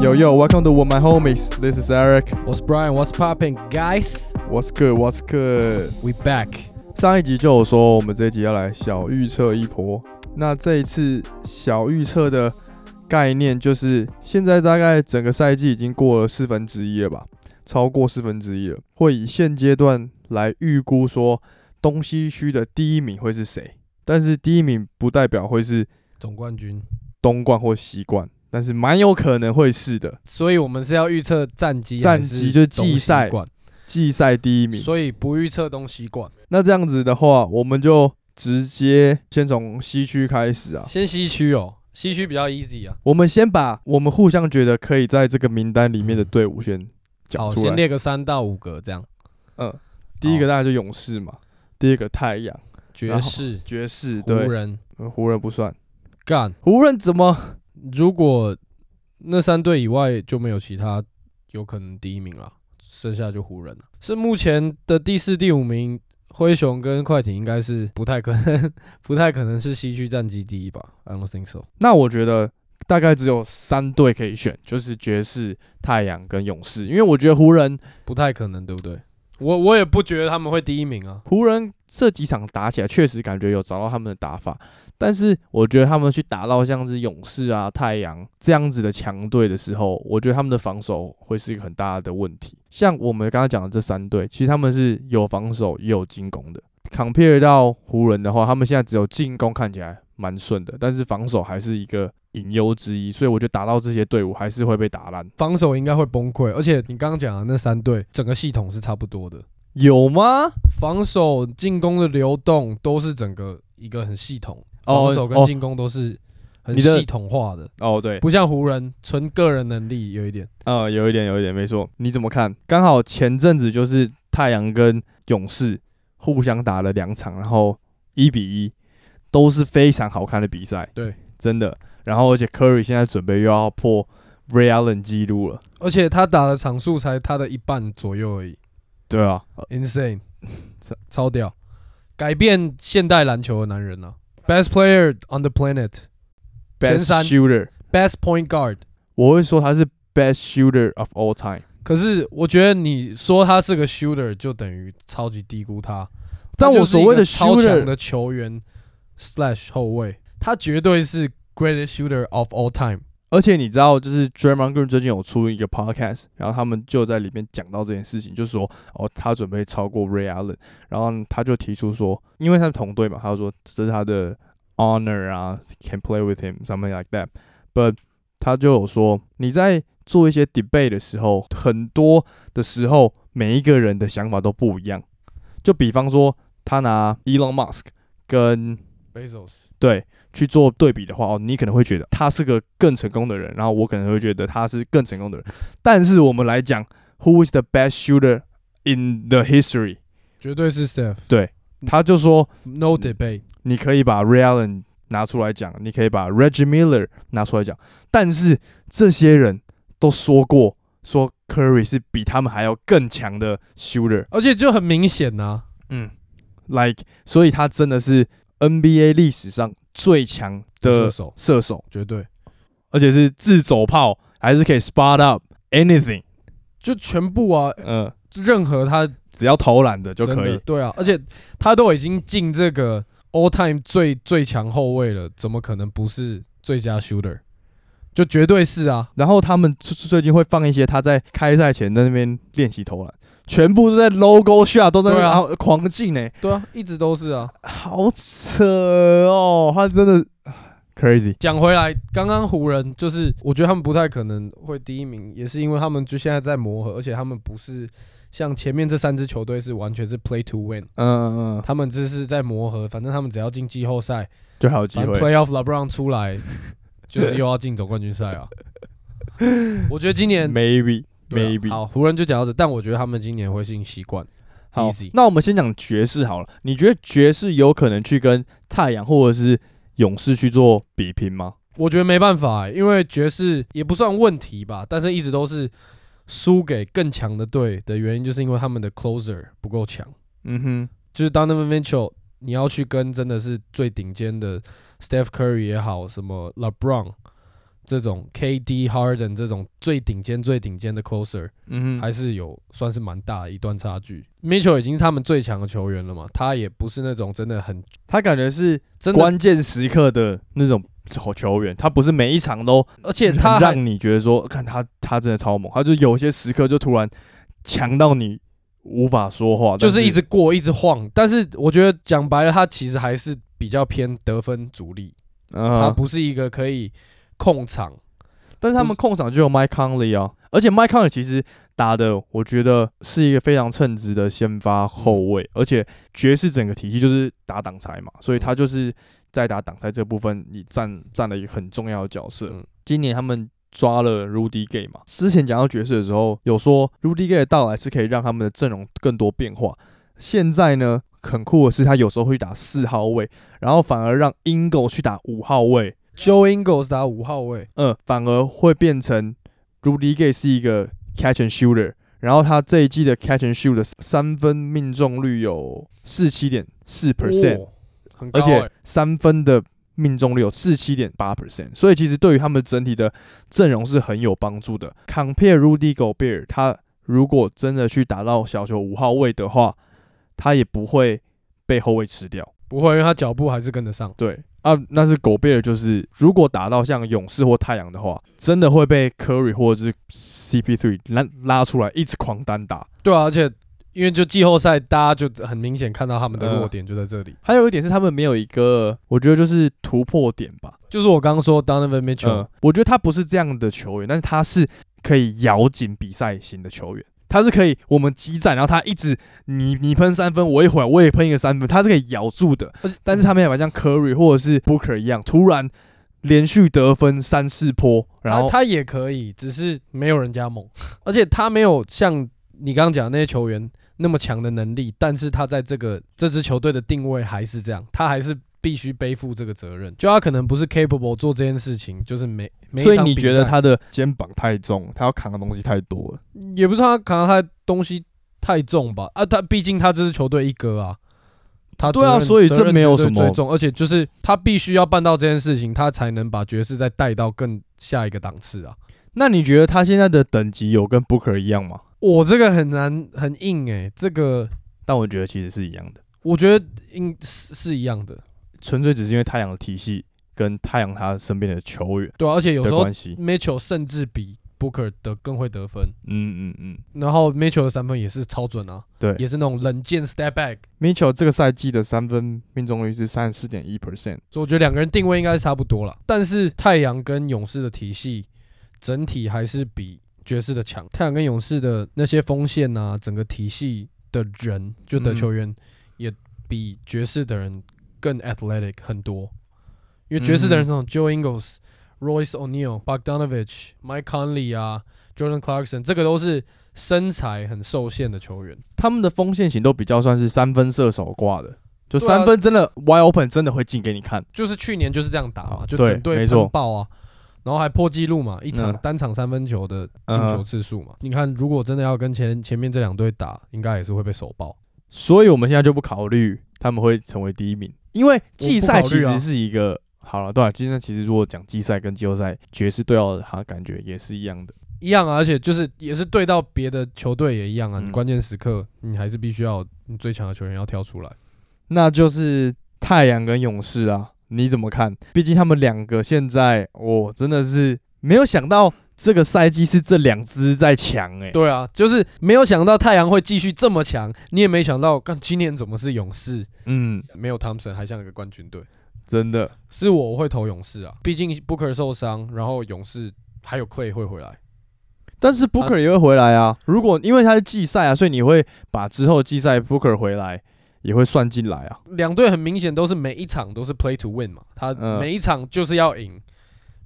Yo yo, welcome to What My Homies. This is Eric. What's Brian? What's popping, guys? What's good? What's good? We back. 上一集就有说，我们这一集要来小预测一波。那这一次小预测的概念就是，现在大概整个赛季已经过了四分之一了吧，超过四分之一了，会以现阶段来预估说东西区的第一名会是谁。但是第一名不代表会是总冠军。东冠或西冠，但是蛮有可能会是的。所以我们是要预测战绩战还绩是东就是西冠，季赛嗯季赛第一名，所以不预测东西冠，那这样子的话，我们就直接先从西区开始啊。先西区哦，西区比较 easy 啊。我们先把我们互相觉得可以在这个名单里面的队伍先讲好，出先来。列个三到五个这样。嗯，第一个当然就勇士嘛，第一个太阳、爵然后士、爵士，湖对，人、呃湖人不算，干。湖人怎么？如果那三队以外就没有其他有可能第一名了，剩下就湖人了。是目前的第四、第五名，灰熊跟快艇应该是不太可能， 不太可能是西区战绩第一吧？I don't think so。那我觉得大概只有三队可以选，就是爵士、太阳跟勇士，因为我觉得湖人不太可能，对不对？我我也不觉得他们会第一名啊。湖人这几场打起来，确实感觉有找到他们的打法，但是我觉得他们去打到像是勇士啊、太阳这样子的强队的时候，我觉得他们的防守会是一个很大的问题。像我们刚刚讲的这三队，其实他们是有防守也有进攻的。compare 到湖人的话，他们现在只有进攻看起来蛮顺的，但是防守还是一个隐忧之一，所以我觉得打到这些队伍还是会被打烂。防守应该会崩溃，而且你刚刚讲的那三队，整个系统是差不多的，有吗？防守、进攻的流动都是整个一个很系统，哦防守跟进攻都是很你的系统化哦的，哦，对，不像湖人纯个人能力有一点。呃，有一点，有一点，没错。你怎么看？刚好前阵子就是太阳跟勇士互相打了两场，然后一比一，都是非常好看的比赛。对，真的。然后而且 Curry 现在准备又要破 Ray Allen 记录了。而且他打的场数才他的一半左右而已对啊， ，insane，超超屌，改变现代篮球的男人啊，best player on the planet，best best 前三 shooter， point guard，我会说他是 best shooter of all time。可是我觉得你说他是个 shooter，就等于超级低估他。但他就我是一所谓个的超强 shooter，的球员 slash 后卫，他绝对是 greatest shooter of all time。而且你知道，就是 Draymond Green 最近有出一个 podcast，然后他们就在里面讲到这件事情，就说哦，他准备超过 Ray Allen，然后他就提出说，因为他是同队嘛，他就说这是他的 honor 啊，can play with him，something like that。But 他就有说，你在做一些 debate 的时候，很多的时候每一个人的想法都不一样。就比方说，他拿 Elon Musk 跟 Bezos 对去做对比的话，哦，你可能会觉得他是个更成功的人，然后我可能会觉得他是更成功的人。但是我们来讲，Who is the best shooter in the history？绝对是 Steph，no 他就说， debate。你可以把 Ray Allen 拿出来讲，你可以把 Reggie Miller 拿出来讲，但是这些人都说过，说 Curry 是比他们还要更强的 shooter。而且就很明显啊呐、嗯，like，所以他真的是 NBA 历史上最强射的手射手。绝对而且是自走炮，还是可以 spot up anything，就全部啊，嗯、任何他只要投篮的就真可的以。对啊，而且他都已经进这个 all time 最最强后卫了，怎么可能不是最佳 shooter？就绝对是啊，然后他们最最近会放一些他在开赛前在那边练习投篮，全部都在 logo 下都在那边、对啊然后狂进哎、对啊，一直都是啊。好扯哦，他真的 crazy。讲回来，刚刚湖人就是，我觉得他们不太可能会第一名，也是因为他们就现在在磨合，而且他们不是像前面这三支球队是完全是 play to win，嗯嗯嗯，他们只是在磨合，反正他们只要进季后赛，就还有机反正会。 playoff LeBron 出来，就是又要进总冠军 赛啊。我觉得今年 Maybe 对啊 maybe 好，湖人就讲到这，但我觉得他们今年会进习惯，好 easy 那我们先讲爵士好了。你觉得爵士有可能去跟太阳或者是勇士去做比拼吗？我觉得没办法欸、因为爵士也不算问题吧，但是一直都是输给更强的队的原因，就是因为他们的 closer 不够强。嗯哼，就是 Donovan Mitchell，你要去跟真的是最顶尖的 Steph Curry 也好，什么 LeBron 这种 KD Harden 这种最顶尖最顶尖的 closer，嗯哼，还是有算是蛮大的一段差距。Mitchell 已经是他们最强的球员了嘛，他也不是那种真的很他感觉是真的，关键时刻的那种球球员，他不是每一场都而且他还让你觉得说，看他他真的超猛，他就有些时刻就突然强到你无法说话，就但是一直过一直晃。但是我觉得讲白了，他其实还是比较偏得分主力，他嗯，不是一个可以控场。但是他们控场就有 Mike Conley 啊，而且 Mike Conley 其实打的我觉得是一个非常称职的先发后卫，而且爵士整个体系就是打挡拆嘛，所以他就是在打挡拆这部分你占占了一个很重要的角色。嗯今年他们抓了 Rudy Gay 嘛，之前讲到爵士的时候，有说 Rudy Gay 的到来是可以让他们的阵容更多变化。现在呢，很酷的是他有时候会打四号位，然后反而让 Ingo 去打五号位， Joe Ingles 打五号位，嗯，反而会变成 Rudy Gay 是一个 catch and shooter。然后他这一季的 catch and shoot 的三分命中率有四七点四 percent，哦很高而欸、且三分的命中率有四七点八 percent，所以其实对于他们整体的阵容是很有帮助的。Compare Rudy Gobert，他如果真的去打到小球五号位的话，他也不会被后卫吃掉。不会，因为他脚步还是跟得上。对啊，那是狗贝尔，就是如果打到像勇士或太阳的话，真的会被 Curry 或者是 CP3 拉拉出来，一直狂单打。对啊，而且因为就季后赛，大家就很明显看到他们的弱点就在这里，还有一点是他们没有一个，我觉得就是突破点吧。就是我刚刚说 Donovan Mitchell，、嗯，我觉得他不是这样的球员，但是他是可以咬紧比赛型的球员。他是可以，我们激战，然后他一直你你喷三分，我一会儿我也喷一个三分，他是可以咬住的。而且但是他没办法像 Curry 或者是 Booker 一样，突然连续得分三四波，然他后他也可以，只是没有人家猛，而且他没有像你刚刚讲的那些球员那么强的能力，但是他在这个这支球队的定位还是这样，他还是。必须背负这个责任，就他可能不是 capable 做这件事情，就是没没。所以你觉得他的肩膀太重，他要扛的东西太多了？也不是他扛他东西太重吧？啊，他毕竟他这支球队一哥啊，他对啊责任所以责任这没有什么绝对最重，而且就是他必须要办到这件事情，他才能把爵士再带到更下一个档次啊。那你觉得他现在的等级有跟 Booker 一样吗？我这个很难很硬诶、这个但我觉得其实是一样的，我觉得应是是一样的，纯粹只是因为太阳的体系跟太阳他身边的球员对啊、而且有的时候关系。 Mitchell 甚至比 Booker 的更会得分，嗯嗯嗯，然后 Mitchell 的三分也是超准啊，对。也是那种冷箭 step back， Mitchell 这个赛季的三分命中率是三十四点一 percent，所以我觉得两个人定位应该是差不多了。但是太阳跟勇士的体系整体还是比爵士的强。太阳跟勇士的那些锋线啊，整个体系的人就的嗯球员也比爵士的人更 athletic 很多，因为爵士的人嗯这种 Joe Ingles、Royce O'Neal、Bogdanovich、Mike Conley 啊、Jordan Clarkson，这个都是身材很受限的球员。他们的锋线型都比较算是三分射手挂的，就对啊三分真的 wide open 真的会进给你看。就是去年就是这样打嘛，啊就对整队没错喷爆啊，然后还破纪录嘛，一场嗯单场三分球的进嗯球次数嘛。你看，如果真的要跟前前面这两队打，应该也是会被手爆。所以我们现在就不考虑他们会成为第一名，因为季赛我不考其虑啊实是一个、好了，对了，今天其实如果讲季赛跟季后赛，爵士对到他感觉也是一样的。一样啊，而且就是也是对到别的球队也一样啊。嗯你关键时刻，你还是必须要有你最强的球员要跳出来。那就是太阳跟勇士啊，你怎么看？毕竟他们两个现在，我、真的是没有想到这个赛季是这两支在欸强诶、对啊，就是没有想到太阳会继续这么强，你也没想到，看今年怎么是勇士，嗯，没有汤普森还像一个冠军队。真的。是我我会投勇士啊，毕竟 Booker 受伤，然后勇士还有 Clay 会回来。但是 Booker 也会回来啊。如果因为他是季赛啊，所以你会把之后季赛 Booker 回来也会算进来啊。两队很明显都是每一场都是 play to win 嘛，他嗯每一场就是要赢，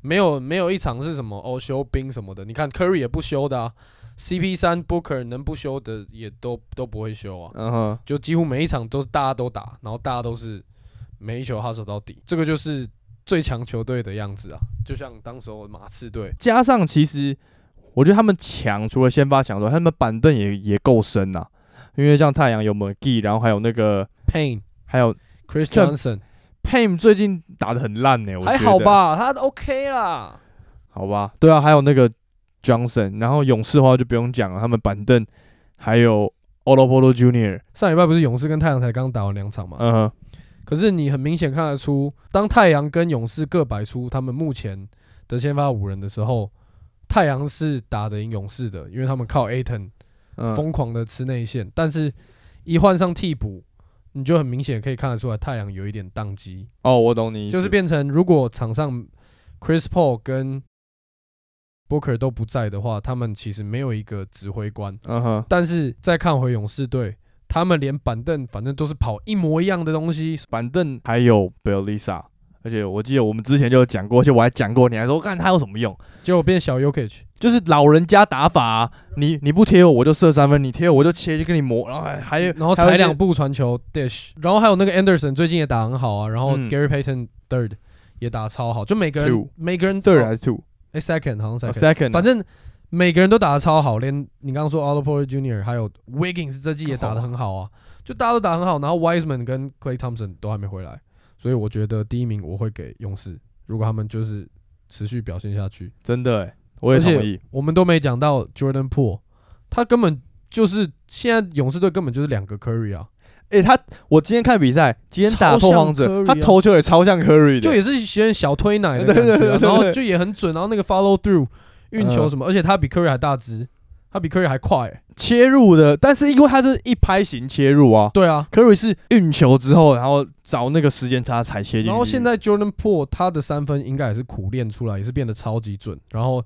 没有没有一场是什么哦休兵什么的。你看 Curry 也不休的啊，CP 三 Booker 能不休的也都都不会休啊，嗯哼，就几乎每一场都大家都打，然后大家都是每一球哈手到底，这个就是最强球队的样子啊，就像当时候马刺队，加上其实我觉得他们强，除了先发强之外，他们板凳也也够深呐、因为像太阳有 McGee，然后还有那个 Pain、还有 Chris 这 Johnson Pam 最近打的很烂呢、我还觉好得？吧，他 OK 啦。好吧，对啊，还有那个 Johnson，然后勇士的话就不用讲了，他们板凳还有 Olopolo Junior，上礼拜不是勇士跟太阳才刚打完两场嘛？嗯哼，可是你很明显看得出，当太阳跟勇士各摆出他们目前的先发五人的时候，太阳是打得赢勇士的，因为他们靠 Aton 嗯疯狂的吃内线，但是一换上替补，你就很明显可以看得出来，太阳有一点宕机，哦，我懂你意思，就是变成如果场上 Chris Paul 跟 Booker 都不在的话，他们其实没有一个指挥官。嗯哼，但是再看回勇士队，他们连板凳反正都是跑一模一样的东西，板凳还有 Belisa，而且我记得我们之前就有讲过，而且我还讲过，你还说看他有什么用，结果变小 Yokich，就是老人家打法啊、你你不贴我我就射三分，你贴我我就切就跟你磨，然后还还有然后还有踩一些两步传球 dish，然后还有那个 Anderson 最近也打很好啊，然后嗯 Gary Payton third 也打超好，就每个人 Two 每个人 third 哦还是 two 哦哎 second 好像 second， second，啊反正每个人都打得超好，连你刚刚说 Otto Porter Jr. 还有 Wiggins 这季也打得很好啊，就大家都打得很好，然后 Wiseman 跟 Clay Thompson 都还没回来，所以我觉得第一名我会给勇士，如果他们就是持续表现下去，真的、欸，我也而且同意，我们都没讲到 Jordan Poole，他根本就是现在勇士队根本就是两个 Curry 啊，诶、他我今天看比赛，今天打超拓像荒者， Curry 他啊投球也超像 Curry 的，就也是有点小推奶的感觉啊、对对对对嗯对然后就也很准，然后那个 follow through 运球什么，而且他比 Curry 还大只，他比 Curry 还快欸、切入的，但是因为他是一拍型切入啊对啊， ，Curry 是运球之后，然后找那个时间差才切进去。然后现在 Jordan Po 他的三分应该也是苦练出来，也是变得超级准。然后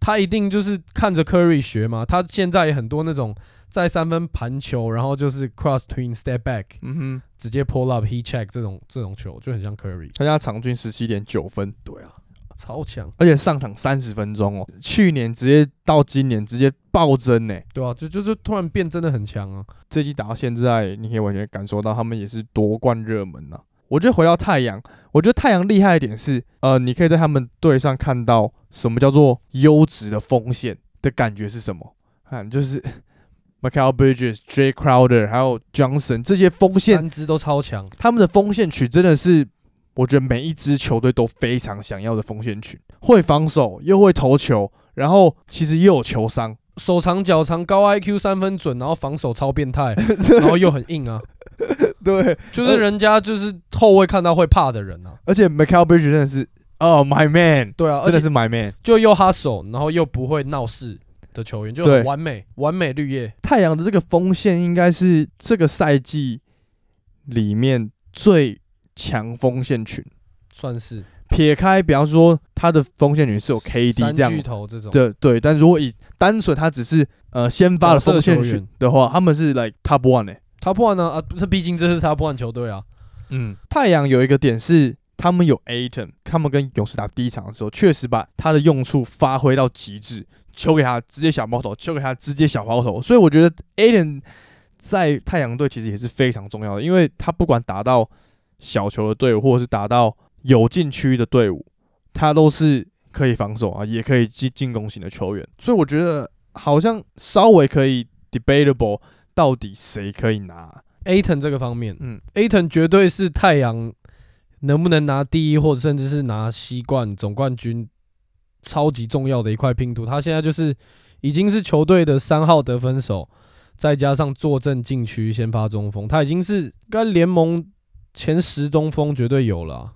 他一定就是看着 Curry 学嘛，他现在也很多那种在三分盘球，然后就是 cross tween step back，嗯哼，直接 pull up he check 这种这种球就很像 Curry，他现在场均十七点九分，对啊，超强，而且上场三十分钟哦，去年直接到今年直接暴增欸呢、对啊，就就是突然变真的很强啊。这季打到现在，你可以完全感受到他们也是夺冠热门呐、我觉得回到太阳，我觉得太阳厉害一点是，呃，你可以在他们队上看到什么叫做优质的锋线的感觉是什么？看就是 Michael Bridges、J Crowder 还有 Johnson 这些锋线，三支都超强，他们的锋线曲真的是，我觉得每一支球队都非常想要的锋线曲，会防守又会投球，然后其实也有球商，手长脚长，高 IQ 三分准，然后防守超 变态，然后又很硬啊，对，就是人家就是后卫看到会怕的人啊。而且 Michael Bridges 真的是，哦、m y man。对啊，而真且的是 my man，就又哈手，然后又不会闹事的球员，就对很完美，完美绿叶。太阳的这个锋线应该是这个赛季里面最强锋线群。算是撇开，比方说他的锋线群是有 KD 三这样巨头这种，的，对。但如果以单纯他只是呃先发的锋线角色球群员的话，他们是 like top one 欸诶、他破呢啊，这毕竟这是他破球队啊，嗯，太阳有一个点是。他们有 Aton，他们跟勇士打第一场的时候，确实把他的用处发挥到极致，球给他直接小猫头，球给他直接小抛投。所以我觉得 Aton 在太阳队其实也是非常重要的，因为他不管打到小球的队伍，或者是打到有禁区的队伍，他都是可以防守啊，也可以进进攻型的球员。所以我觉得好像稍微可以 debatable 到底谁可以拿。 Aton 这个方面嗯， ，Aton 绝对是太阳能不能拿第一，或者甚至是拿西冠总冠军，超级重要的一块拼图。他现在就是已经是球队的三号得分手，再加上坐镇禁区先发中锋，他已经是该联盟前十中锋绝对有了啊、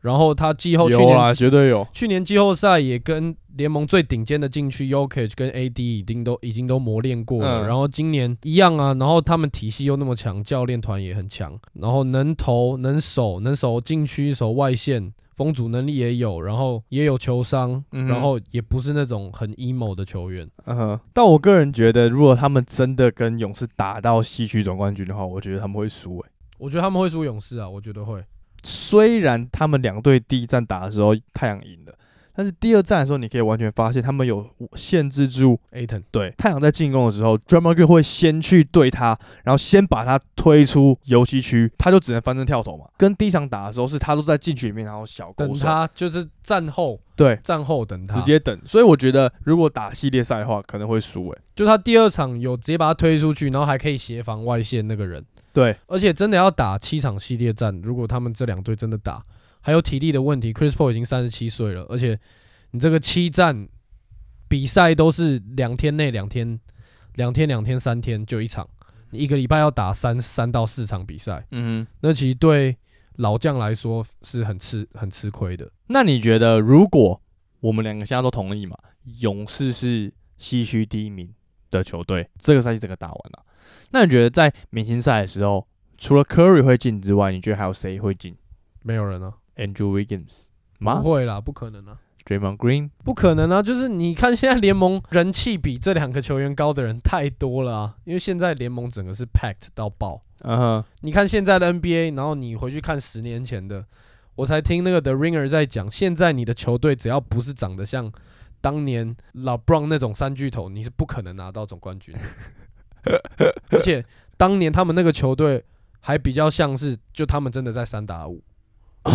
然后他季后去有啊年啦，绝对有。去年季后赛也跟联盟最顶尖的禁区 Yokich 跟 AD 已经都已经都磨练过了，嗯然后今年一样啊，然后他们体系又那么强，教练团也很强，然后能投能守能守禁区守外线，封阻能力也有，然后也有球商，嗯哼然后也不是那种很 emo 的球员，嗯哼，但我个人觉得，如果他们真的跟勇士打到西区总冠军的话，我觉得他们会输、欸。我觉得他们会输勇士啊，我觉得会，虽然他们两队第一战打的时候太阳赢了，但是第二站的时候，你可以完全发现他们有限制住。 Aton 对，太阳在进攻的时候 d r u m m o n 会先去对他，然后先把他推出游戏区，他就只能翻身跳投嘛。跟第一场打的时候是他都在禁区里面，然后小等勾手，他就是战后对，战后等他，直接等。所以我觉得如果打系列赛的话，可能会输诶、欸就他第二场有直接把他推出去，然后还可以协防外线那个人。对，而且真的要打七场系列战，如果他们这两队真的打，还有体力的问题，Chris Paul 已经三十七岁了，而且你这个七战比赛都是两天内两天、两天两天三天就一场，你一个礼拜要打三三到四场比赛，嗯哼。那其实对老将来说是很吃很吃亏的。那你觉得如果我们两个现在都同意嘛，勇士是西区第一名的球队，这个赛季整个打完了、那你觉得在明星赛的时候，除了 Curry 会进之外，你觉得还有谁会进没有人啊， ？Andrew Wiggins 不吗会啦，不可能啊。 ？Draymond Green？不可能啊！就是你看，现在联盟人气比这两个球员高的人太多了啊！因为现在联盟整个是 packed 到爆。嗯哼，你看现在的 NBA，然后你回去看十年前的，我才听那个 The Ringer 在讲，现在你的球队只要不是长得像当年 LeBron 那种三巨头，你是不可能拿到总冠军。 而且当年他们那个球队还比较像是，就他们真的在三打五。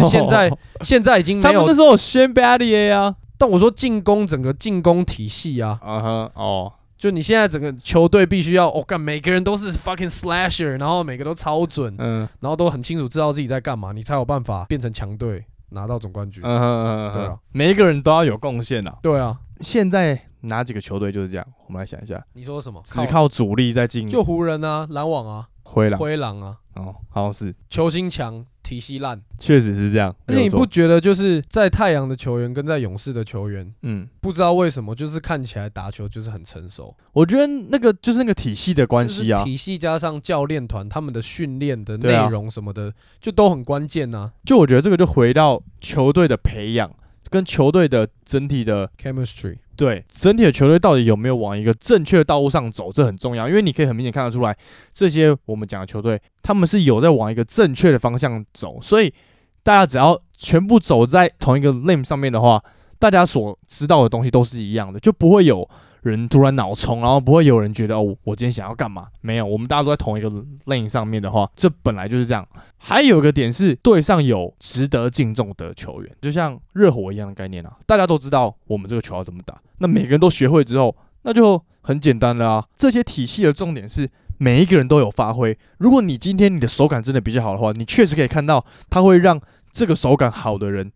现在现在已经没呃他们有那，时哦候有 Shane Battier 啊，但我说进攻整个进攻体系啊，嗯哼，哦，就你现在整个球队必须要，我、哦、干，每个人都是 fucking slasher，然后每个都超准，嗯然后都很清楚知道自己在干嘛，你才有办法变成强队拿到总冠军。嗯哼嗯对哼啊，每一个人都要有贡献啊。对啊，现在哪几个球队就是这样？我们来想一下，你说什么？只靠主力在进就湖人啊、篮网啊、灰狼灰狼啊，哦，好像是，球星强，体系烂。确实是这样。而且没有你错不觉得就是在太阳的球员跟在勇士的球员，嗯，不知道为什么就是看起来打球就是很成熟，我觉得那个就是那个体系的关系就啊是。体系加上教练团他们的训练的对内啊容什么的，就都很关键啊呐、就我觉得这个就回到球队的培养跟球队的整体的 Chemistry，对整体的球队到底有没有往一个正确的道路上走，这很重要，因为你可以很明显看得出来，这些我们讲的球队他们是有在往一个正确的方向走，所以大家只要全部走在同一个 lane 上面的话，大家所知道的东西都是一样的，就不会有。人突然脑冲，然后不会有人觉得哦，我今天想要干嘛？没有，我们大家都在同一个 lane 上面的话，这本来就是这样。还有一个点是，队上有值得敬重的球员，就像热火一样的概念啊。大家都知道我们这个球要怎么打，那每个人都学会之后，那就很简单了啊。 这些体系的重点是每一个人都有发挥。如果你今天你的手感真的比较好的话，你确实可以看到他会让这个手感好的人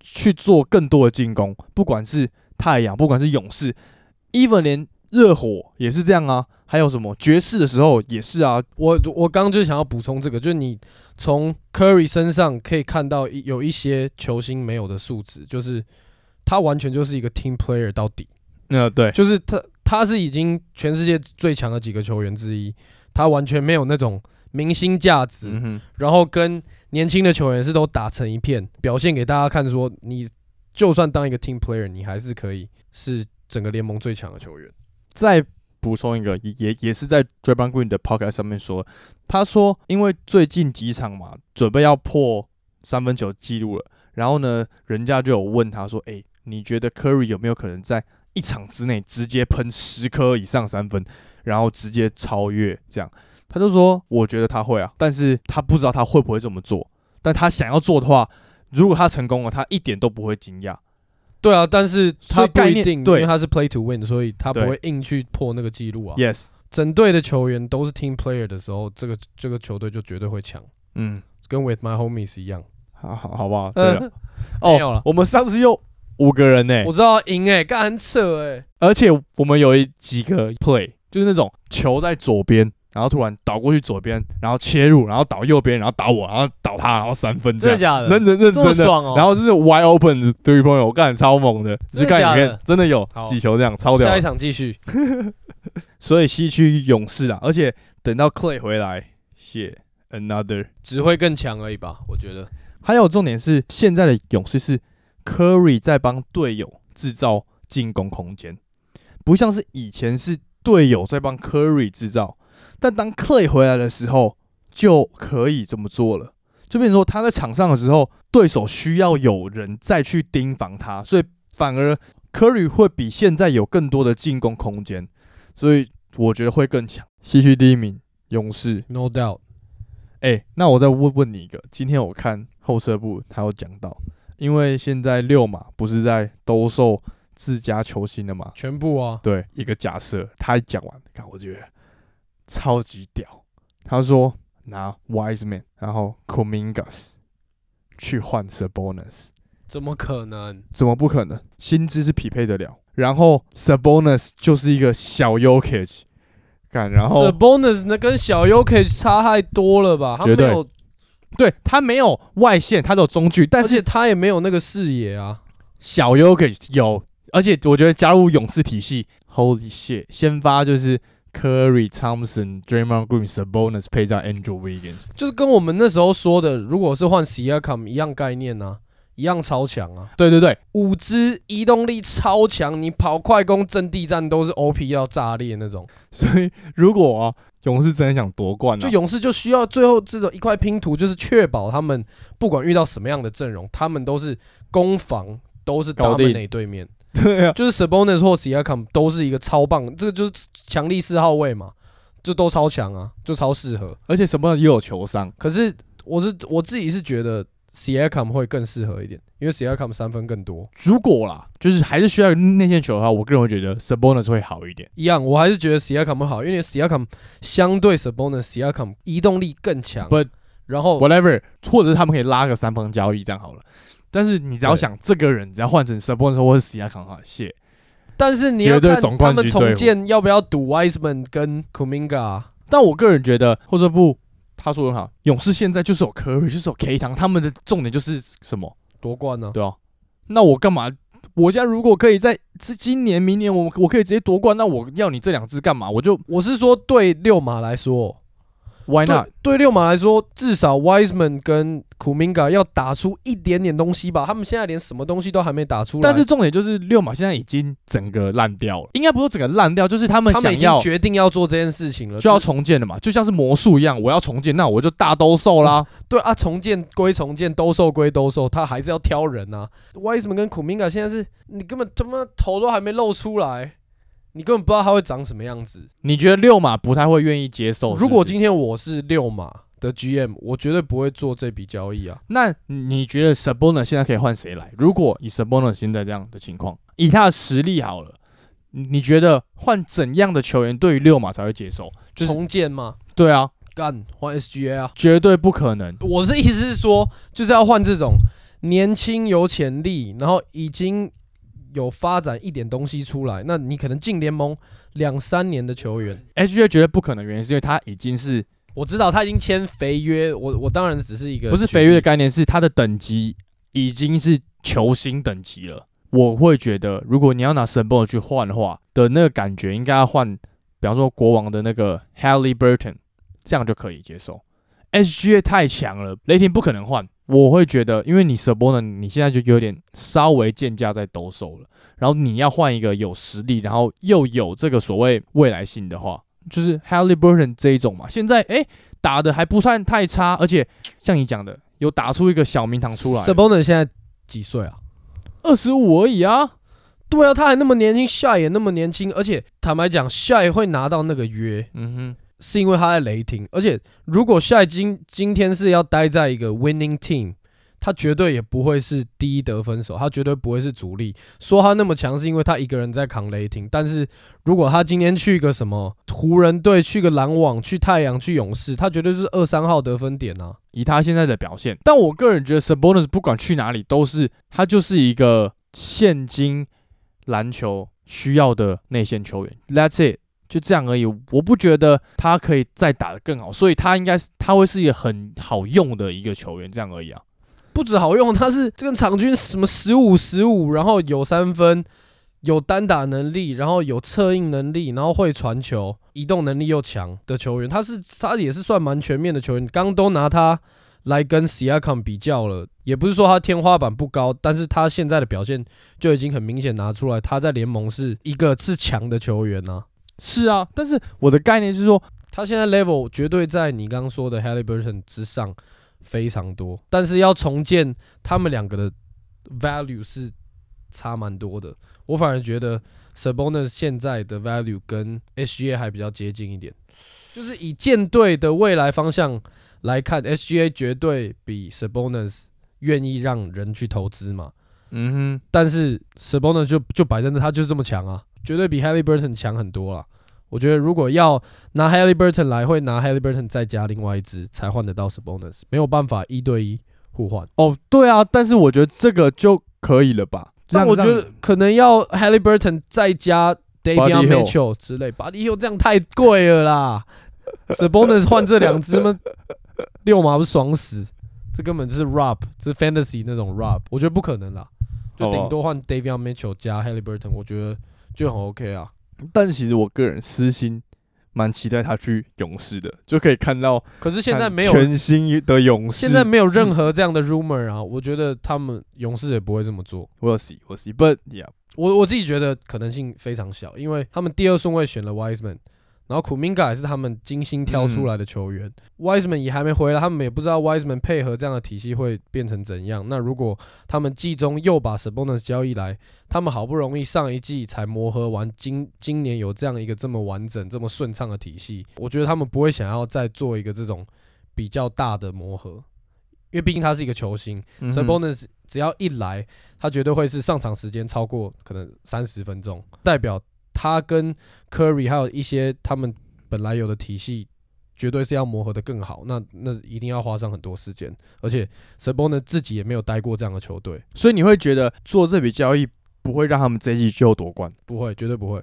去做更多的进攻，不管是太阳，不管是勇士，even 连热火也是这样啊。还有什么爵士的时候也是啊，我我刚刚就想要补充这个，就是你从 Curry 身上可以看到一有一些球星没有的素质，就是他完全就是一个 team player 到底，嗯、对，就是他他是已经全世界最强的几个球员之一，他完全没有那种明星价值，嗯哼。然后跟年轻的球员是都打成一片，表现给大家看说，你就算当一个 team player，你还是可以是整个联盟最强的球员。再补充一个，也也也是在 d r a m o n Green 的 podcast 上面说，他说因为最近几场嘛，准备要破三分球记录了，然后呢，人家就有问他说，诶，哎你觉得 Curry 有没有可能在一场之内直接喷十颗以上三分，然后直接超越这样？他就说，我觉得他会啊，但是他不知道他会不会这么做，但他想要做的话，如果他成功了，他一点都不会惊讶。对啊，但是所他以不概一念定，因对为他是 play to win，所以他不对会硬去破那个记录啊。 Yes，整队的球员都是 team player 的时候，这个这个球队就绝对会强，嗯，跟 with my homies 一样。好好好不好？对啊哦了嗯，，没有了 我们上次又五个人呢、我知道赢哎，干很扯哎、而且我们有一几个 play 就是那种球在左边，然后突然倒过去左边，然后切入，然后倒右边，然后倒我，然后倒他，然后三分这样。假认真认这么真的，爽哦！然后是 wide open 的 three point，我干超猛的，真只的看影假的片真的有好几球这样超屌下一的。场继续，所以西区勇士啊，而且等到 Clay 回来，写 another。只会更强而已吧？我觉得还有重点是，现在的勇士是 Curry 在帮队友制造进攻空间，不像是以前是队友在帮 Curry 制造。但当 Clay 回来的时候，就可以这么做了。就变成说他在场上的时候，对手需要有人再去盯防他，所以反而科里会比现在有更多的进攻空间，所以我觉得会更强。西区第一名勇士， ，no doubt。哎、那我再问问你一个，今天我看后撤部他有讲到，因为现在六马不是在兜售自家球星了嘛？全部啊，对，一个假设，他一讲完，看我觉得超级屌。他说拿 Wiseman，然后 Comingas 去换 Sabonis，怎么可能？怎么不可能？薪资是匹配得了，然后 Sabonis 就是一个小 Yokage，干，然后 The bonus 那跟小 UK 差太多了吧？他绝没对有，对他没有外线，他都有中距，但而且是他也没有那个视野啊。小 Yokage 有，而且我觉得加入勇士体系，Holy shit，先发就是 Curry、Thompson、Draymond Green、Sabonis 配上 Andrew Wiggins，就是跟我们那时候说的，如果是换 Siakam 一样概念啊，一样超强啊，对对对，五肢移动力超强，你跑快攻、阵地战都是 OP 要炸裂那种。所以如果、啊、勇士真的想夺冠、啊，就勇士就需要最后这种一块拼图，就是确保他们不管遇到什么样的阵容，他们都是攻防都是搞定 dominate 对面，对啊，就是 Sabonis 或 Siakam 都是一个超棒，这个就是强力四号位嘛，就都超强啊，就超适合。而且什么也有球商，可是我是我自己是觉得 Siakam 会更适合一点，因为 Siakam 三分更多。如果啦，就是还是需要内线球的话，我个人会觉得 Sabonis 会好一点。一样，我还是觉得 Siakam 会好，因为 Siakam 相对 Sabonis，Siakam 移动力更强。 But- 然后 whatever，或者是他们可以拉个三方交易这样好了。但是你只要对想这个人，只要换成 s a b o n 或者 s i a k a 哈，谢但是你要绝对看总他冠军们队伍重建要不要赌 Wiseman 跟 Kuminga，啊但我个人觉得，或者不，他说得很好，勇士现在就是有 Curry，就是有 K 堂，他们的重点就是什么？夺冠呢、对啊，那我干嘛？我现在如果可以在这今年、明年，我我可以直接夺冠，那我要你这两支干嘛？我就我是说对六马来说， Why 对 not？对六马来说，至少 Wiseman 跟 Kuminga 要打出一点点东西吧。他们现在连什么东西都还没打出来，但是重点就是六马现在已经整个烂掉了，应该不是说整个烂掉，就是他们他们已想经要决定要做这件事情了，就要是重建了嘛，就像是魔术一样，我要重建，那我就大兜售啦。对啊，重建归重建，兜售归兜售，他还是要挑人啊。Wiseman 跟 Kuminga 现在是你根本他妈头都还没露出来，你根本不知道他会长什么样子。你觉得六马不太会愿意接受？如果今今天我是六马的 GM，我绝对不会做这笔交易啊。那你觉得 Sabonis 现在可以换谁来？如果以 Sabonis 现在这样的情况，以他的实力好了，你你觉得换怎样的球员对于六马才会接受？就是重建嘛，对啊，干换 SGA 啊。绝对不可能。我的意思是说，就是要换这种年轻有潜力，然后已经有发展一点东西出来，那你可能进联盟两三年的球员。 HJ 绝对不可能，原因是因为他已经是我知道他已经签肥约，我我当然只是一个不是举肥约的例概念，是他的等级已经是球星等级了。我会觉得，如果你要拿 Sabonis 去换的话，的那个感觉应该要换，比方说国王的那个 Halliburton，这样就可以接受。SGA 太强了，雷霆不可能换。我会觉得，因为你 Sabonis 你现在就有点稍微贱价在兜售了，然后你要换一个有实力，然后又有这个所谓未来性的话，就是 Halliburton 这一种嘛。现在诶打的还不算太差，而且像你讲的，有打出一个小名堂出来， Sabonis 现在几岁啊？二十五而已啊。对啊，他还那么年轻，夏也那么年轻，而且坦白讲，夏也会拿到那个约，嗯哼。是因为他在雷霆，而且如果下一今今天是要待在一个 winning team，他绝对也不会是第一得分手，他绝对不会是主力。说他那么强是因为他一个人在扛雷霆，但是如果他今天去一个什么湖人队、去个篮网、去太阳、去勇士，他绝对是二三号得分点啊。以他现在的表现，但我个人觉得 Sabonis 不管去哪里都是他就是一个现今篮球需要的内线球员。That's it，就这样而已。我不觉得他可以再打得更好，所以他应该是他会是一个很好用的一个球员，这样而已啊。不止好用，他是这个场均什么十五十五，然后有三分，有单打能力，然后有策应能力，然后会传球，移动能力又强的球员。他是他也是算蛮全面的球员。刚都拿他来跟 Siakam 比较了，也不是说他天花板不高，但是他现在的表现就已经很明显拿出来，他在联盟是一个是强的球员呐、是啊，但是我的概念是说，他现在 level 绝对在你刚刚说的 Halliburton 之上非常多，但是要重建他们两个的 value 是差蛮多的。我反而觉得 Sabonis 现在的 value 跟 SGA 还比较接近一点，就是以舰队的未来方向来看，SGA 绝对比 Sabonis 愿意让人去投资嘛。嗯但是 Sabonis 就就摆在那，他就是这么强啊，绝对比 Halliburton 强很多啦。我觉得如果要拿 Halliburton 来，会拿 Halliburton 再加另外一支才换得到 Sabonis，没有办法一对一互换。哼，哦，对啊，但是我觉得这个就可以了吧？但让我觉让得可能要 Halliburton 再加 Davion Buddy Hield Mitchell 之类，Buddy Hill 这样太贵了啦。Sabonis 换这两只吗？六毛不是爽死？这根本就是 rob，这是 fantasy 那种 rob，我觉得不可能啦。就好吧顶多换 Davion Mitchell 加 Halliburton，我觉得就嗯很 OK 啊。但其实我个人私心蛮期待他去勇士的，就可以看到可是现在看没有，全新的勇士。现在没有任何何这样的 rumor 啊。我觉得他们勇士也不会这么做。我有 see 我 see，but yeah，我我自己觉得可能性非常小，因为他们第二顺位选了 Wiseman，然后 Kuminga 也是他们精心挑出来的球员、w i s e man 也还没回来，他们也不知道 Wiseman 配合这样的体系会变成怎样。那如果他们季中又把 Sabonis 交易来，他们好不容易上一季才磨合完，今今年有这样一个这么完整、这么顺畅的体系，我觉得他们不会想要再做一个这种比较大的磨合，因为毕竟他是一个球星。嗯 s a 哼 b o n i s 只要一来，他绝对会是上场时间超过可能三十分钟，代表他跟 Curry 还有一些他们本来有的体系，绝对是要磨合的更好。那那一定要花上很多时间，而且 s a b o n i s 自己也没有待过这样的球队，所以你会觉得做这笔交易不会让他们这一季就夺冠不会，绝对不会。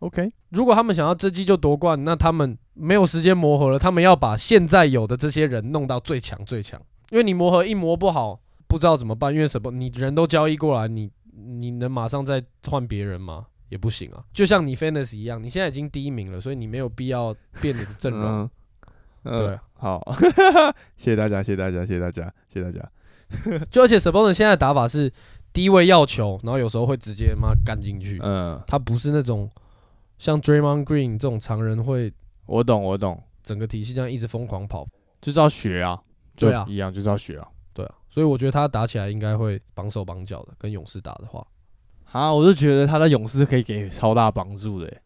？OK，如果他们想要这季就夺冠，那他们没有时间磨合了，他们要把现在有的这些人弄到最强最强，因为你磨合一磨不好，不知道怎么办，因为什么？你人都交易过来，你你能马上再换别人吗？也不行啊，就像你 fantasy 一样，你现在已经第一名了，所以你没有必要变你的阵容。嗯， 嗯对，啊好， 谢谢大家，谢谢大家，谢谢大家，谢谢大家。就而且 s a b o n 现在的打法是低位要球，然后有时候会直接妈干进去，嗯，他不是那种像 Draymond Green 这种常人会我懂，我懂，整个体系这样一直疯狂跑就是要学啊，就对啊一样，就是要学啊。对啊，所以我觉得他打起来应该会绑手绑脚的，跟勇士打的话，啊，我就觉得他在勇士可以给超大帮助的欸、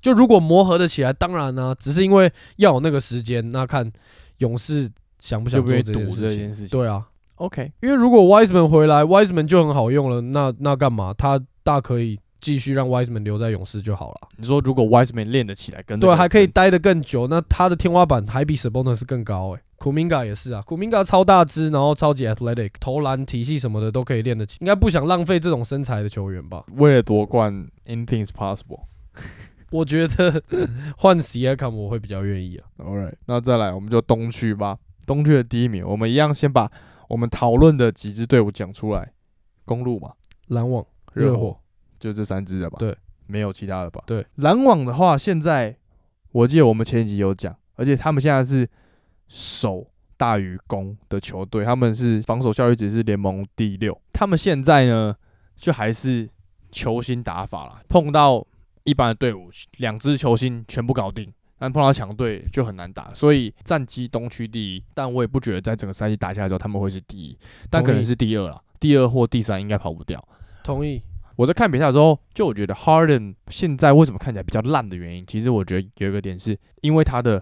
就如果磨合的起来，当然呢、啊只是因为要有那个时间，那看勇士想不想 就不做会这赌件这事件情。事情。对啊， OK，因为如果 Wiseman 回来，Wiseman 就很好用了，那那干嘛？他大可以继续让 Wiseman 留在勇士就好了。你说如果 Wiseman 练得起来，跟那对，啊个还可以真待得更久，那他的天花板还比 Sabonis 更高诶、k u m i n g a 也是啊，Kuminga 超大只，然后超级 athletic，投篮体系什么的都可以练得起，应该不想浪费这种身材的球员吧？为了夺冠，anything is possible。我觉得 换 c i a c o m 我会比较愿意啊。 All right，那再来我们就东区吧。东区的第一名，我们一样先把我们讨论的几支队伍讲出来。公路嘛，篮网、热热火火，就这三支了吧？对，没有其他的吧？对。篮网的话，现在我记得我们前几集有讲，而且他们现在是守大于攻的球队，他们是防守效率只是联盟第六。他们现在呢，就还是球星打法啦，碰到一般的队伍，两支球星全部搞定。但碰到强队就很难打，所以战绩东区第一，但我也不觉得在整个赛季打下来之后他们会是第一，但同可能意是第二啦，第二或第三应该跑不掉。同意。我在看比赛的时候，就我觉得 Harden 现在为什么看起来比较烂的原因，其实我觉得有一个点是因为他的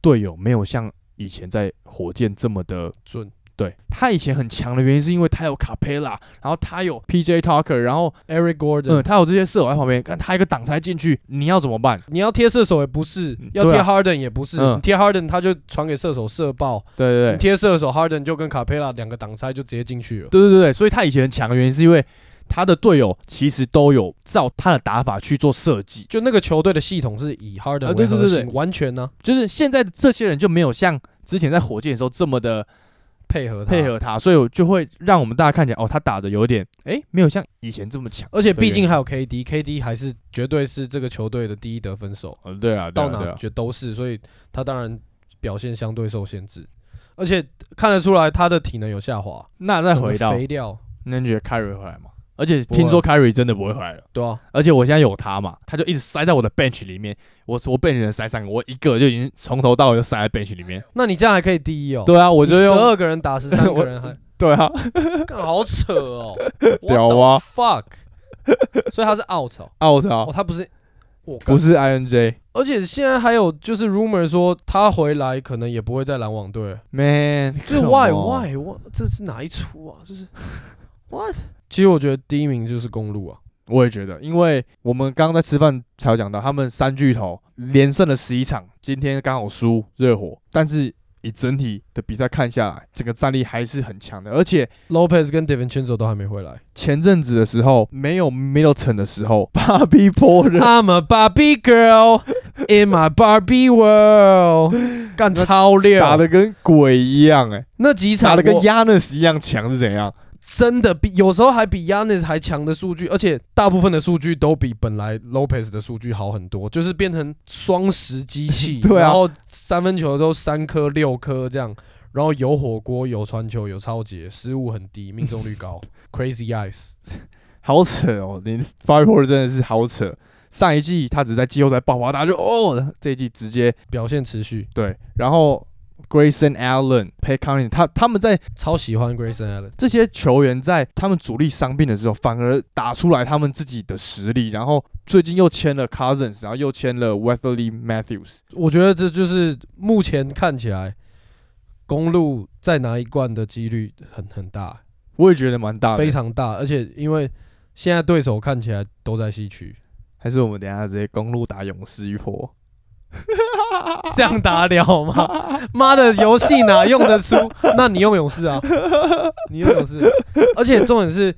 队友没有像以前在火箭这么的准对他以前很强的原因，是因为他有卡佩拉，然后他有 PJ Tucker，然后 Eric Gordon，、嗯，他有这些射手在旁边，但他一个挡拆进去，你要怎么办？你要贴射手也不是嗯，要对贴啊 Harden 也不是，嗯你贴 Harden 他就传给射手射爆，对对你贴射手 Harden 就跟卡佩拉两个挡拆就直接进去了。对对对对，所以他以前很强的原因是因为他的队友其实都有照他的打法去做设计，就那个球队的系统是以 Harden 啊为对对核对心，对完全呢、就是现在的这些人就没有像之前在火箭的时候这么的配合他配。合他，所以我就会让我们大家看起来，哦，他打的有点，诶，没有像以前这么强。而且对毕竟还有 KD，KD 还是绝对是这个球队的第一得分手。呃，对啊，到哪觉都是，所以他当然表现相对受限制，而且看得出来他的体能有下滑，那再回整到个，肥掉，那你觉得凯瑞回来吗？而且不会听说凯瑞真的不会回来了，哦对啊，而且我现在有他嘛，他就一直塞在我的 bench 里面，我我 bench 能塞三个，我一个就已经从头到尾就塞在 bench 里面。那你这样还可以第一哦， 对啊，我我就十用二个人打十三我个人还，对啊，干好扯哦，屌啊 啊 What the fuck，所以他是 out 哦， out 哦啊，他不是，我 不是，是 INJ。而且现在还有就是 rumor 说他回来可能也不会在篮网队了， Man，就是 come why on why why 这是哪一出啊？这是 what？其实我觉得第一名就是公路啊，我也觉得，因为我们刚刚在吃饭才有讲到，他们三巨头连胜了十一场，今天刚好输热火，但是以整体的比赛看下来，整个战力还是很强的。而且 Lopez 跟 Devincenzo 都还没回来。前阵子的时候没有 Middleton 的时候，巴比波热 I'm a Barbie girl in my Barbie world，干那超哦六，打的跟鬼一样、欸，哎，那几场打的跟我 Yanis 一样强是怎样？真的比有时候还比 Yanis 还强的数据，而且大部分的数据都比本来 Lopez 的数据好很多，就是变成双十机 器，对啊然后三分球都三颗六颗这样，然后有火锅有传球有超节，失误很低，命中率高，Crazy Eyes，好扯哦！你巴比波热真的是好扯。上一季他只是在季后赛爆发，大家就哦，这一季直接 表现持续，对，然后 Grayson Allen、p a y Conley，他他们在超喜欢 Grayson Allen，这些球员在他们主力伤病的时候，反而打出来他们自己的实力。然后最近又签了 Cousins，然后又签了 Wesley Matthews。我觉得这就是目前看起来公路再拿一冠的几率很很大、我也觉得蛮大的，非常大，而且因为现在对手看起来都在西区，还是我们等一下直接公路打勇士一波。这样打了吗？妈的，游戏哪用得出？那你用勇士啊，你用勇士。而且重点是，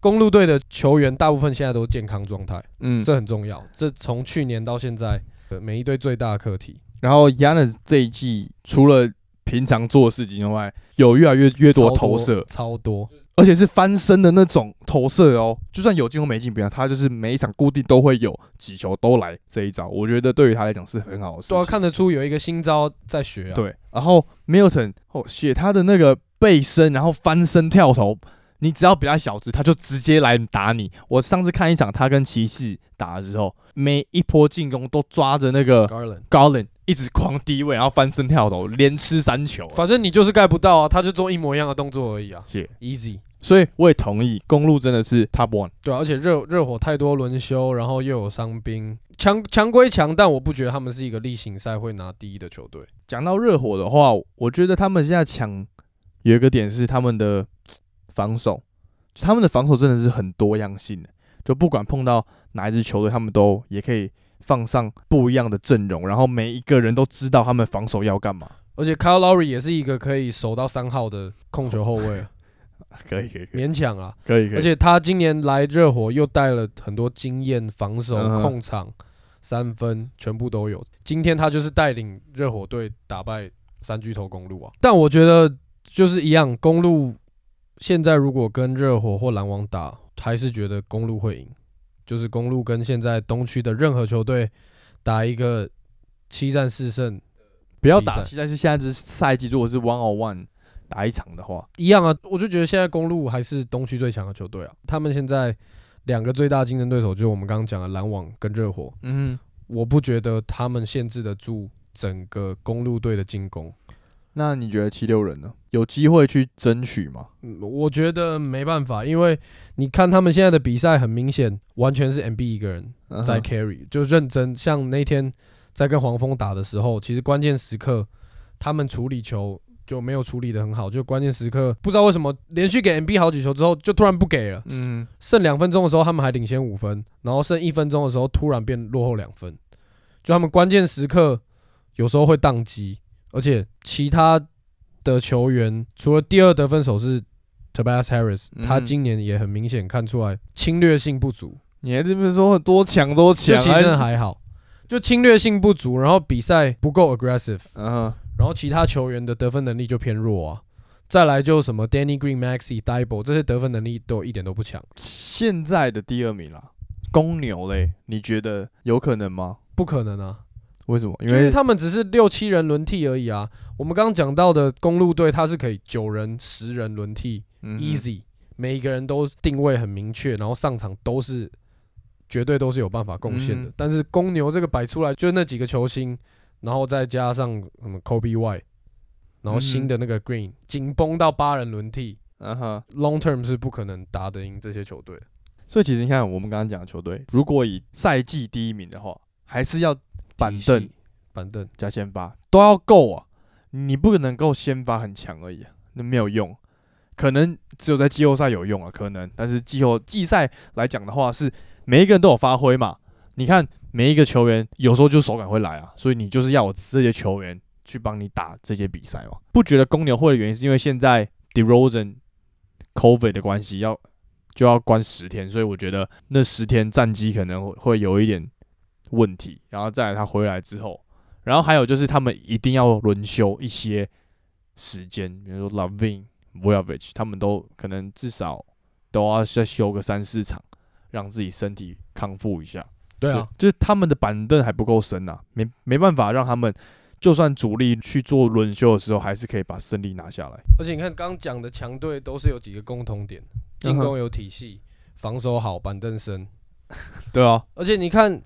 公路队的球员大部分现在都是健康状态， 嗯，这很重要。这从去年到现在，呃每一队最大的课题，然后 Yanis 这一季除了平常做的事情以外，有越来越越多超投射，超多。而且是翻身的那种投射哦。就算有进或没进，不要他就是每一场固定都会有几球都来这一招。我觉得对于他来讲是很好的事都情啊要。看得出有一个新招在学啊。对，然后 Milton 哦，写他的那个背身，然后翻身跳投，你只要比他小只，他就直接来打你。我上次看一场他跟骑士打的时候，每一波进攻都抓着那个 Garland， Garland 一直狂低位，然后翻身跳投，连吃三球。反正你就是盖不到啊，他就做一模一样的动作而已啊是， ，easy。所以我也同意，公路真的是 Top One。对啊、而且热热火太多轮休，然后又有伤兵，强强归强，但我不觉得他们是一个例行赛会拿第一的球队。讲到热火的话，我觉得他们现在抢有一个点是他们的防守，他们的防守真的是很多样性的，就不管碰到哪一支球队，他们都也可以放上不一样的阵容，然后每一个人都知道他们防守要干嘛。而且 Kyle Lowry 也是一个可以守到三号的控球后卫啊， 可以可以可以勉强啊。可以可而且他今年来热火又带了很多经验，防守嗯、哼控场、三分全部都有。今天他就是带领热火队打败三巨头公路啊。但我觉得就是一样，公路现在如果跟热火或篮网打，还是觉得公路会赢。就是公路跟现在东区的任何球队打一个七战四胜不要比打赛期待是现在这赛季，如果是 one on one 打一场的话，一样啊，我就觉得现在公路还是东区最强的球队啊。他们现在两个最大竞争对手就是我们刚刚讲的篮网跟热火，嗯，我不觉得他们限制得住整个公路队的进攻。那你觉得七六人呢？有机会去争取吗？嗯，我觉得没办法，因为你看他们现在的比赛，很明显完全是 MB 一个人嗯在 carry，、就认真。像那天在跟黄蜂打的时候，其实关键时刻他们处理球就没有处理得很好，就关键时刻不知道为什么连续给 MB 好几球之后，就突然不给了。嗯，剩两分钟的时候，他们还领先五分，然后剩一分钟的时候，突然变落后两分。就他们关键时刻有时候会宕机，而且其他的球员除了第二得分手是 Tobias Harris，、嗯他今年也很明显看出来侵略性不足，你还这边说多强多这强，其实真的还好，就侵略性不足，然后比赛不够 aggressive，嗯哼。然后其他球员的得分能力就偏弱啊。再来就什么 Danny Green、Maxi、d i b o 这些得分能力都一点都不强，现在的第二名啦，公牛嘞，你觉得有可能吗？不可能啊！为什么？因就是为他们只是六七人轮替而已啊。我们刚刚讲到的公路队，它是可以九人、十人轮替、嗯 easy，每一个人都定位很明确，然后上场都是绝对都是有办法贡献的。嗯但是公牛这个摆出来就那几个球星，然后再加上什么 Kobe Y，然后新的嗯那个 Green，紧绷到八人轮替嗯哼， ，long term 是不可能打得赢这些球队的。所以其实你看，我们刚刚讲的球队，如果以赛季第一名的话，还是要板体系凳板凳，加先发都要够啊，你不可能够先发很强而已、啊，那没有用。可能只有在季后赛有用啊，可能，但是季后季赛来讲的话，是每一个人都有发挥嘛。你看每一个球员有时候就手感会来啊，所以你就是要我这些球员去帮你打这些比赛嘛。不觉得公牛会的原因是因为现在 DeRozan COVID 的关系要就要关十天，所以我觉得那十天战绩可能会会有一点问题。然后再来他回来之后，然后还有就是他们一定要轮休一些时间，比如说 Lovin、Voyage，他们都可能至少都要再休个三四场，让自己身体康复一下。对所以啊，就是他们的板凳还不够深啊，没没办法让他们就算主力去做轮休的时候，还是可以把胜利拿下来。而且你看刚讲的强队都是有几个共同点，嗯进哼攻有体系，防守好，板凳深，对啊，而且你看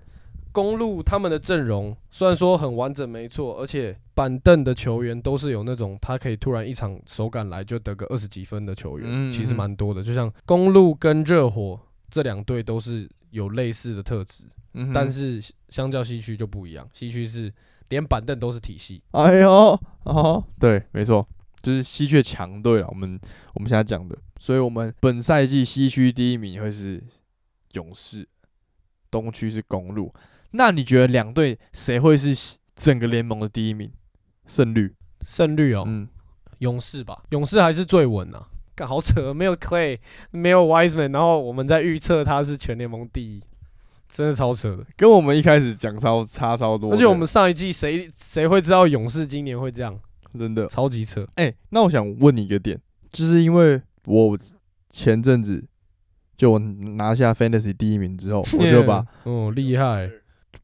公路他们的阵容虽然说很完整没错，而且板凳的球员都是有那种他可以突然一场手感来就得个二十几分的球员，嗯其实嗯蛮多的。就像公路跟热火这两队都是有类似的特质，嗯但是相较西区就不一样，西区是连板凳都是体系。哎呦，哦，对，没错，就是西区的强队了。我们我们现在讲的，所以我们本赛季西区第一名会是勇士，东区是公路。那你觉得两队谁会是西整个联盟的第一名胜率？胜率哦，嗯，勇士吧，勇士还是最稳啊。干好扯，没有 Clay，没有 Wiseman，然后我们在预测他是全联盟第一，真的超扯的。跟我们一开始讲超差超多的，而且我们上一季谁谁会知道勇士今年会这样？真的超级扯，哎、那我想问你一个点，就是因为我前阵子就我拿下 Fantasy 第一名之 后，我就把哦厉害，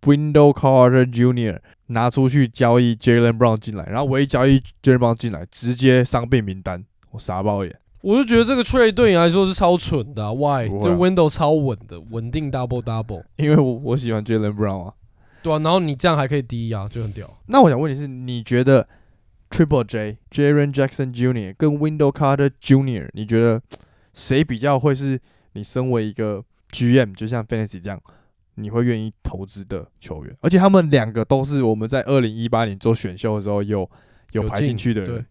Window Carter Jr. 拿出去交易 Jalen Brown 进来，然后我一交易 Jalen Brown 进来，直接伤病名单，我傻爆眼。我就觉得这个 trade 对你来说是超蠢的、啊、，Why？、不会啊这 window 超稳的，稳定 double double，因为我我喜欢 Jalen Brown 啊。对啊，然后你这样还可以低啊，就很屌。那我想问你是，你觉得 Triple J、Jaren Jackson Jr. 跟 Window Carter Jr. 你觉得谁比较会是你身为一个 GM，就像 Fantasy 这样，你会愿意投资的球员？而且他们两个都是我们在二零一八年做选秀的时候有有有排进进去的对人。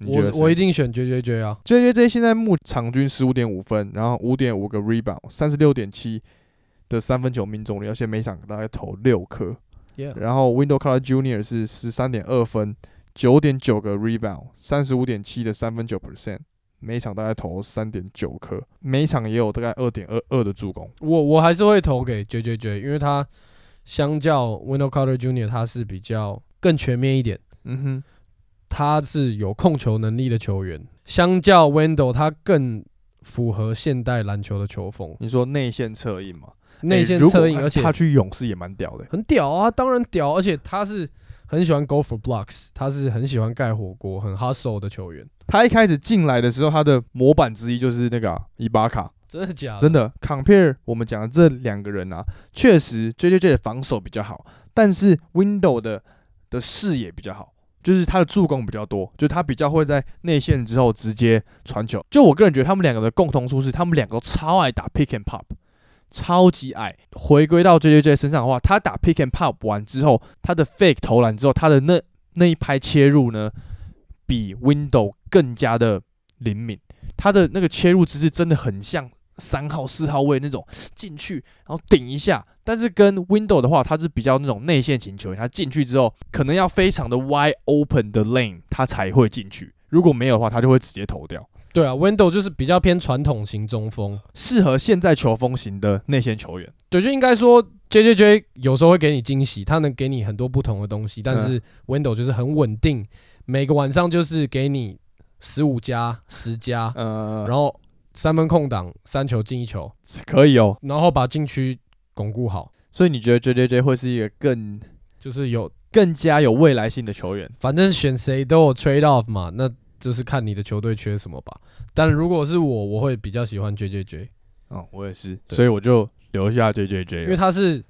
你觉我得我谁一定选 J J J 啊， J J J 现在目场均十五点五分，然后五点五个 rebound，三十六点七的三分球命中率，而且每场大概投六颗。 yeah. 然后 Window Color Junior 是十三点二分，九点九个 rebound，三十五点七的三分球 percent，每场大概投三点九颗，每场也有大概二点二二的助攻。我我还是会投给 J J J，因为他相较 Window Carter Jr. 他是比较更全面一点。嗯哼，他是有控球能力的球员，相较 Wendell，他更符合现代篮球的球风，你说内线侧应嘛？内线诶如果策应，他而且他去勇士也蛮屌的、很屌啊，当然屌，而且他是很喜欢 go for blocks，他是很喜欢盖火锅、很 hustle 的球员，他一开始进来的时候，他的模板之一就是那个啊伊巴卡。真的假的？真的，compare 我们讲的这两个人啊，确实 J J J 的防守比较好，但是 Window 的的视野比较好，就是他的助攻比较多，就他比较会在内线之后直接传球。就我个人觉得他们两个的共同处是，他们两个都超爱打 pick and pop，超级爱。回归到 J J J 身上的话，他打 pick and pop 完之后，他的 fake 投篮之后，他的那那一拍切入呢，比 Window 更加的灵敏。他的那个切入姿势真的很像三号、四号位那种进去，然后顶一下。但是跟 Window 的话，他是比较那种内线型球员，他进去之后可能要非常的 wide open 的 lane，他才会进去。如果没有的话，他就会直接投掉。对啊，Wendell 就是比较偏传统型中锋，适合现在球风型的内线球员。对，就应该说 J J J 有时候会给你惊喜，他能给你很多不同的东西，但是 Wendell 就是很稳定，每个晚上就是给你十五加、十加，呃，然然后后三分空档三球进一球，可以哦。然后把禁区巩固好，所以你觉得 J J J 会是一个更就是有更加有未来性的球员？反正选谁都有 trade off 嘛，那就是看你的球队缺什么吧。但如果是我，我会比较喜欢 J J J，嗯，我也是，对所以我就留下 J J J 因为了。他是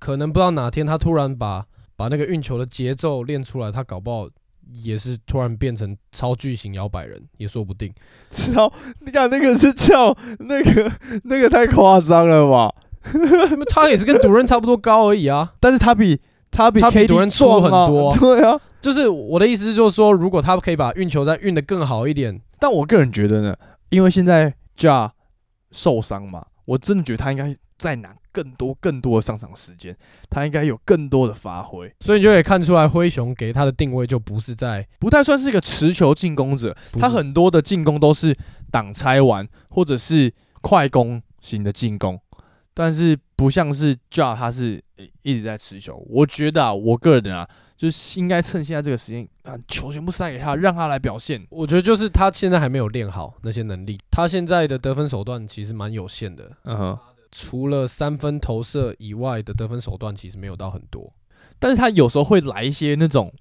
可能不知道哪天他突然把把那个运球的节奏练出来，他搞不好也是突然变成超巨型摇摆人，也说不定。 操！你看那个是叫那个那个太夸张了吧？那他也是跟赌人差不多高而已啊。 但是他比他比他比 KD 杜兰特壮很啊多啊对啊。就是我的意思，就是说，如果他可以把运球再运得更好一点，但我个人觉得呢，因为现在 Ja 受伤嘛，我真的觉得他应该再拿更多更多的上场时间，他应该有更多的发挥，所以你就可以看出来，灰熊给他的定位就不是在不太算是一个持球进攻者，不是他很多的进攻都是挡拆完或者是快攻型的进攻，但是不像是 Ja 他是一一直在持球。我觉得啊，我个人啊，就是应该趁现在这个时间啊，球全部塞给他，让他来表现。我觉得就是他现在还没有练好那些能力，他现在的得分手段其实蛮有限的，嗯哼，除了三分投射以外的得分手段其实没有到很多。但是他有时候会来一些那种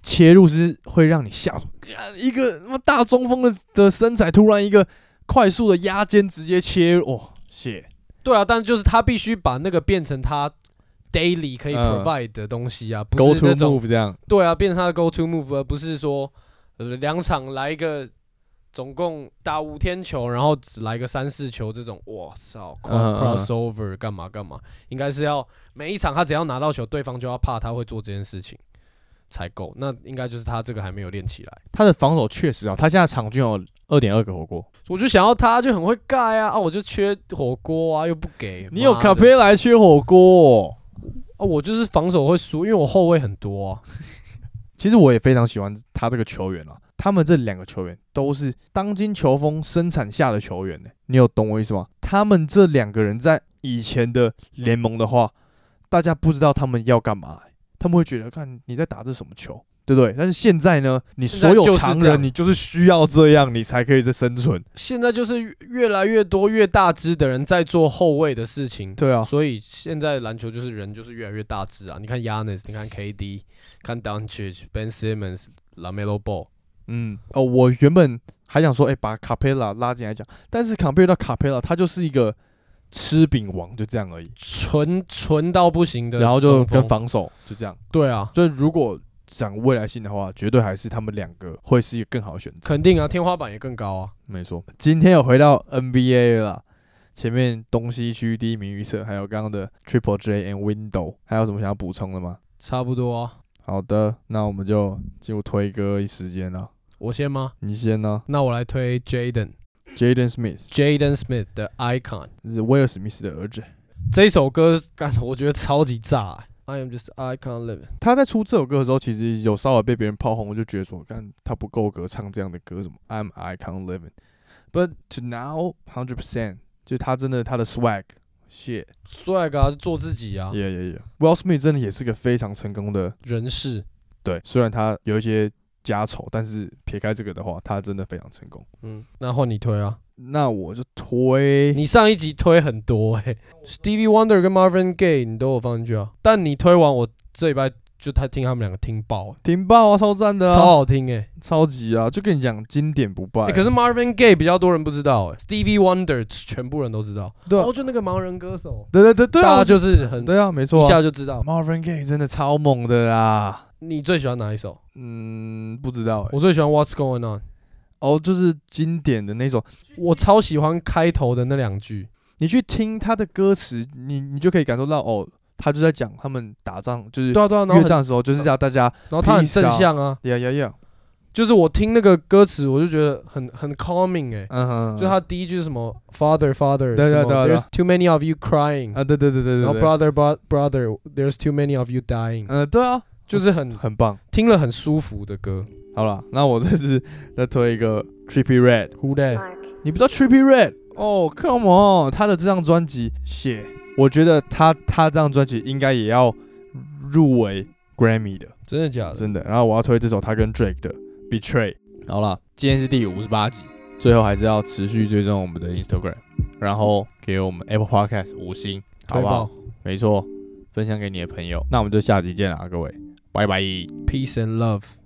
切入是会让你吓，干一个那么大中锋的的身材，突然一个快速的压肩直接切入，哦，谢，对啊，但就是他必须把那个变成他 daily 可以嗯 provide 的东西啊，不 go 是 to 那种 move 这样，对啊，变成他的 go to move，而不是说呃两场来一个总共打五天球，然后只来个三四球这种，哇操嗯嗯嗯，cross over 干嘛干嘛，应该是要每一场他只要拿到球，对方就要怕他会做这件事情才够。那应该就是他这个还没有练起来，他的防守确实啊，他现在场均有二点二个火锅。我就想要他就很会盖啊，啊我就缺火锅啊，又不给，你有妈卡的佩莱缺火锅、哦，啊，我就是防守会输，因为我后卫很多、啊。其实我也非常喜欢他这个球员啊。他们这两个球员都是当今球风生产下的球员呢、你有懂我意思吗？他们这两个人在以前的联盟的话，大家不知道他们要干嘛欸、他们会觉得看你在打这什么球，对不对？但是现在呢，你所有现在就是常这样人，你就是需要这样，你才可以在生存。现在就是越越来越多越大只的人在做后卫的事情，对啊，所以现在篮球就是人就是越来越大只啊！你看 Yanis，你看 KD，看 Doncic、Ben Simmons、Lamelo Ball，嗯，哦，我原本还想说，哎、把卡佩拉拉进来讲，但是 compare 到卡佩拉，他就是一个吃饼王，就这样而已。纯纯到不行的中锋，然后就跟防守就这样。对啊，所以如果讲未来性的话，绝对还是他们两个会是一个更好的选择。肯定啊，天花板也更高啊。没错，今天有回到 NBA 了啦，前面东西区第一名预测，还有刚刚的 Triple J and Window，还有什么想要补充的吗？差不多啊，好的，那我们就进入推歌时间了。我先吗？你先呢那我来推 Jaden ？Jaden Smith Jaden Smith 的 Icon 是威尔史密斯的儿子，这首歌，干我觉得超级炸啊、I am just icon living。他在出这首歌的时候，其实有稍微被别人炮轰，我就觉得说，看他不够格唱这样的歌，什么 I'm Icon Living。But to now, hundred percent，就是他真的他的 swag shit，帅哥、啊、就做自己啊也也也，Will Smith 真的也是个非常成功的，人事。对，虽然他有一些家丑，但是撇开这个的话，他真的非常成功。嗯，那换你推啊！那我就推你上一集推很多哎、s t e v i e Wonder 跟 Marvin Gaye 你都有放进去啊，但你推完我这礼拜就他听他们两个听爆、欸，挺爆啊，超赞的、啊，超好听哎、欸超级啊，就跟你讲经典不败啊、欸可是 Marvin Gaye 比较多人不知道哎、s t e v i e Wonder 全部人都知道，对啊哦，就那个盲人歌手，对对对对大啊，家就是很对啊，没错、一啊下。就知道。 Marvin Gaye 真的超猛的啊！你最喜欢哪一首？嗯，不知道哎、我最喜欢 What's Going On，哦，就是经典的那首，我超喜欢开头的那两句，你去听他的歌词，你你就可以感受到哦，他就在讲他们打仗，就是对啊对啊，然后越很战的时候，就是叫大家然后他很 peace 正啊向啊，呀呀呀，就是我听那个歌词我就觉得很很 calming 哎、嗯哼，就他第一句是什么？Father, Father，对对什么对对 There's too many of you crying，、啊，对对对对然后对对， Brother, bro- Brother, There's too many of you dying，、嗯，对啊，就是很很棒。听了很舒服的歌。好了，那我这次再推一个 Trippy Red， Who that？ Mark. 你不知道 Trippy Red 哦，Come on，他的这张专辑，谢，我觉得他他这张专辑应该也要入围 Grammy 的。真的假的？真的。然后我要推这首他跟 Drake 的 Betray。好了，今天是第五十八集，最后还是要持续追踪我们的 Instagram，然后给我们 Apple Podcast 五星，好推不好爆？没错，分享给你的朋友。那我们就下集见了啊，各位，拜拜。 ！Peace and love。